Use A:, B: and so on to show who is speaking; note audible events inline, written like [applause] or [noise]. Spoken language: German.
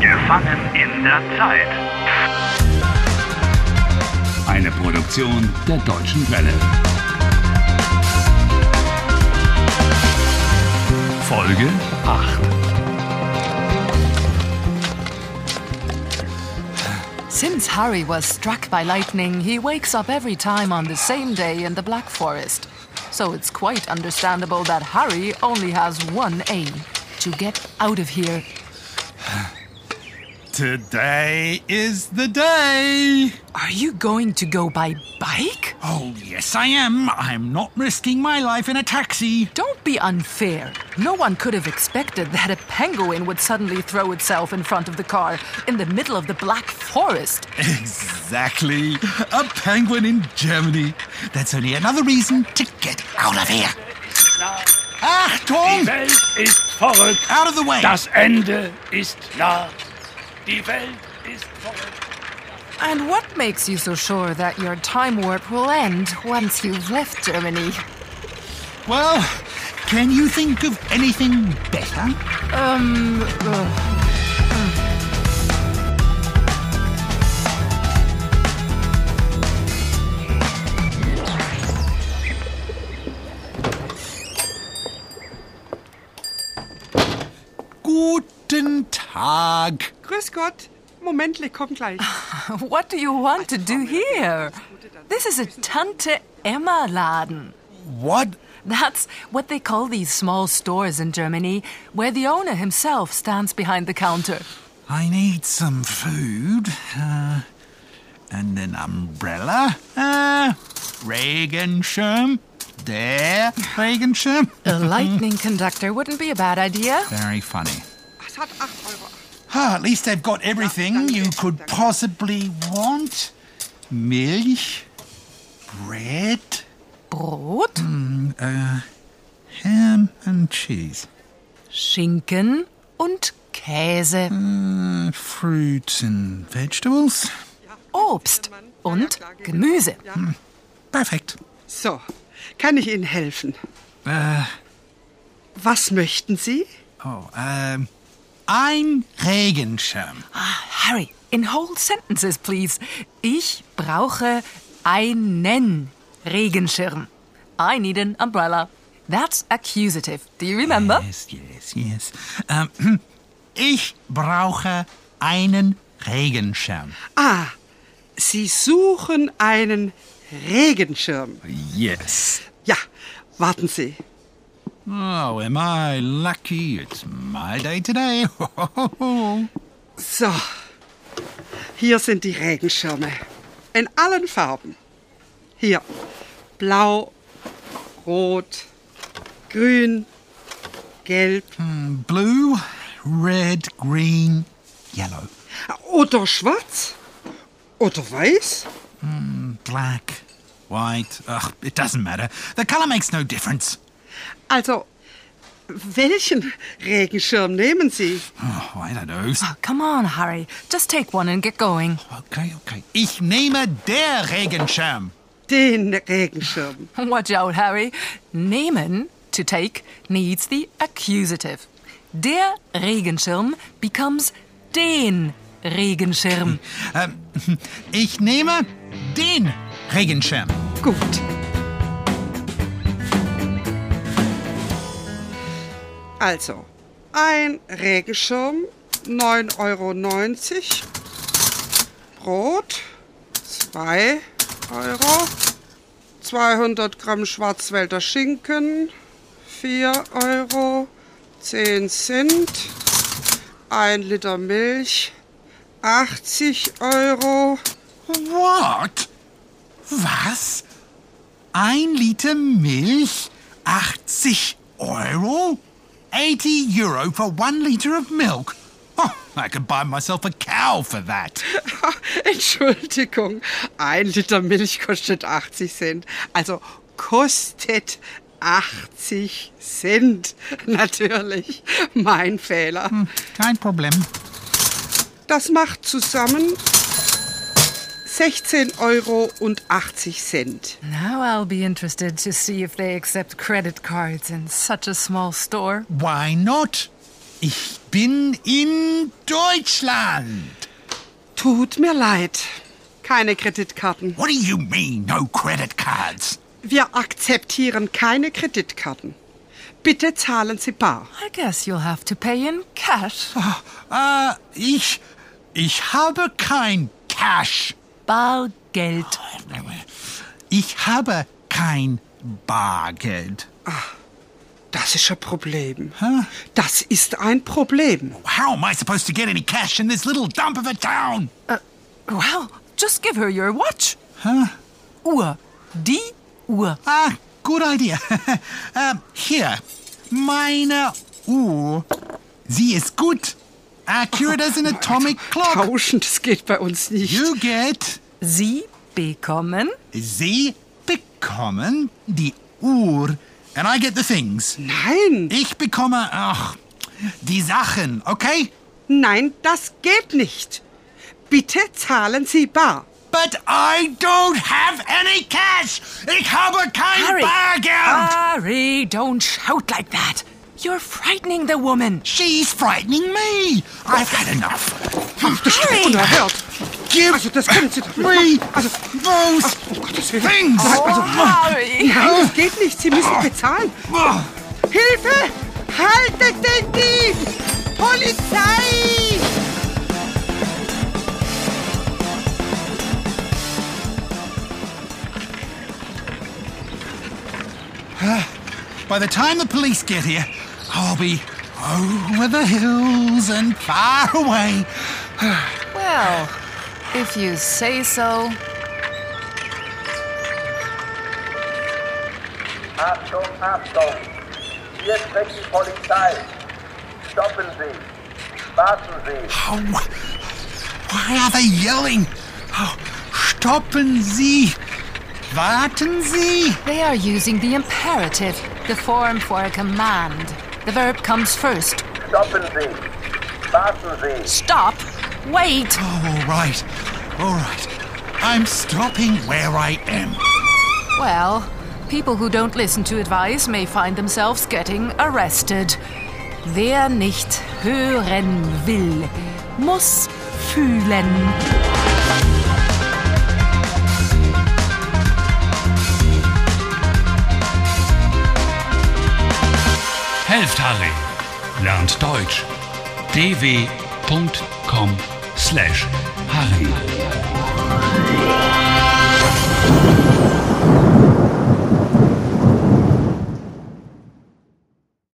A: Gefangen in der Zeit.
B: Eine Produktion der Deutschen Welle. Folge 8.
C: Since Harry was struck by lightning, he wakes up every time on the same day in the Black Forest. So it's quite understandable that Harry only has one aim to get out of here.
D: Today is the day.
C: Are you going to go by bike?
D: Oh, yes, I am. I'm not risking my life in a taxi.
C: Don't be unfair. No one could have expected that a penguin would suddenly throw itself in front of the car in the middle of the Black Forest.
D: Exactly. A penguin in Germany. That's only another reason to get out of here.
A: Die
D: Ah, Achtung!
A: Welt ist verrückt.
D: Out of the way.
A: Das Ende ist nah. Die Welt ist verrückt.
C: And what makes you so sure that your time warp will end once you've left Germany?
D: Well, can you think of anything better? Guten Tag.
E: Grüß Gott. Moment, ich komm gleich.
C: What do you want to do here? This is a Tante Emma Laden.
D: What?
C: That's what they call these small stores in Germany, where the owner himself stands behind the counter.
D: I need some food. Uh, and an umbrella. Uh, Regenschirm. Der Regenschirm.
C: A lightning conductor wouldn't be a bad idea.
D: Very funny.
E: Es hat 8 Euro.
D: Ah, at least they've got everything you could possibly want. Milch, bread,
C: Brot,
D: ham and cheese,
C: Schinken und Käse.
D: and Uh, fruits and vegetables.
C: Obst und Gemüse.
D: Perfect.
E: So, kann ich Ihnen helfen? Was möchten Sie?
D: Oh, um, ein Regenschirm.
C: Harry, in whole sentences, please. Ich brauche einen Regenschirm. I need an umbrella. That's accusative. Do you remember?
D: Yes, yes, yes. Ähm, ich brauche einen Regenschirm.
E: Ah, Sie suchen einen Regenschirm.
D: Yes.
E: Ja, warten Sie.
D: Oh, am I lucky? It's my day today. [laughs]
E: So, hier sind die Regenschirme. In allen Farben. Hier, blau, rot, grün, gelb
D: Blue, red, green, yellow,
E: oder schwarz oder weiß.
D: black, white. Ugh, it doesn't matter. The color makes no difference.
E: Also, welchen Regenschirm nehmen Sie?
D: Oh, I don't know.
C: Oh, come on, Harry. Just take one and get going. [laughs]
D: Okay, okay. Ich nehme der Regenschirm.
E: Den Regenschirm.
C: Watch out, Harry. Nehmen, to take, needs the accusative. Der Regenschirm becomes den Regenschirm.
D: Ähm, [laughs] ich nehme den Regenschirm.
E: Gut. Also, ein Regenschirm, 9,90 Euro. Brot, 2 Euro. 200 Gramm Schwarzwälder Schinken, 4 Euro. 10 Cent. 1 Liter Milch, 80 Euro.
D: What? Was? Ein Liter Milch? 80 Euro? 80 euro for one liter of milk? Oh, I could buy myself a cow for that.
E: [laughs] Entschuldigung, ein Liter Milch kostet 80 Cent. Also kostet 80 Cent. [laughs] Natürlich, mein Fehler.
D: Hm. Kein Problem.
E: Das macht zusammen 16,80 Euro.
C: [laughs] Now I'll be interested to see if they accept credit cards in such a small store.
D: Why not? Ich bin in Deutschland.
E: Tut mir leid. Keine Kreditkarten.
D: What do you mean, no credit cards?
E: Wir akzeptieren keine Kreditkarten. Bitte zahlen Sie bar.
C: I guess you'll have to pay in [laughs] cash.
D: Äh, ich. Ich habe kein Cash.
C: Bargeld.
D: Ich habe kein Bargeld.
E: Das ist ein Problem.
D: Hä?
E: Das ist ein Problem.
D: How am I supposed to get any cash in this little dump of a town?
C: Well, just give her your watch. Huh? Uhr. Die Uhr.
D: Ah, good idea. [laughs] um, here, meine Uhr. Sie ist gut. Accurate as an atomic clock.
E: Tauschen, das geht bei uns nicht.
D: You get.
C: Sie bekommen
D: Sie bekommen die Uhr. And I get the things.
E: Nein,
D: Ich bekomme, ach, die Sachen, okay?
E: nein, das geht nicht. Bitte zahlen Sie bar.
D: But I don't have any cash. Ich habe kein
C: Harry. Ah.
D: Bargeld.
C: Harry, don't shout like that. You're frightening the woman.
D: She's frightening me. I've had enough.
C: Harry!
E: Unerhört.
D: Give
E: Also, das können Sie doch
D: me
C: [laughs]
E: nicht machen. Also,
D: those things.
C: Oh, Harry!
E: nein, das geht nicht. Sie müssen bezahlen. Hilfe! Haltet den Dieb! Polizei!
D: By the time the police get here, I'll be over the hills and far away.
C: Well, if you say so.
F: Achtung, Achtung! Hier spricht die Polizei. Stoppen Sie! Warten Sie!
D: Oh, why are they yelling? Oh, stoppen Sie. Warten Sie.
C: They are using the imperative, the form for a command. The verb comes first.
F: Stoppen Sie! Warten Sie!
C: Stop! Wait!
D: Oh, all right. All right. I'm stopping where I am.
C: Well, people who don't listen to advice may find themselves getting arrested. Wer nicht hören will, muss fühlen.
B: Helft Harry. Lernt Deutsch. dw.com/harry.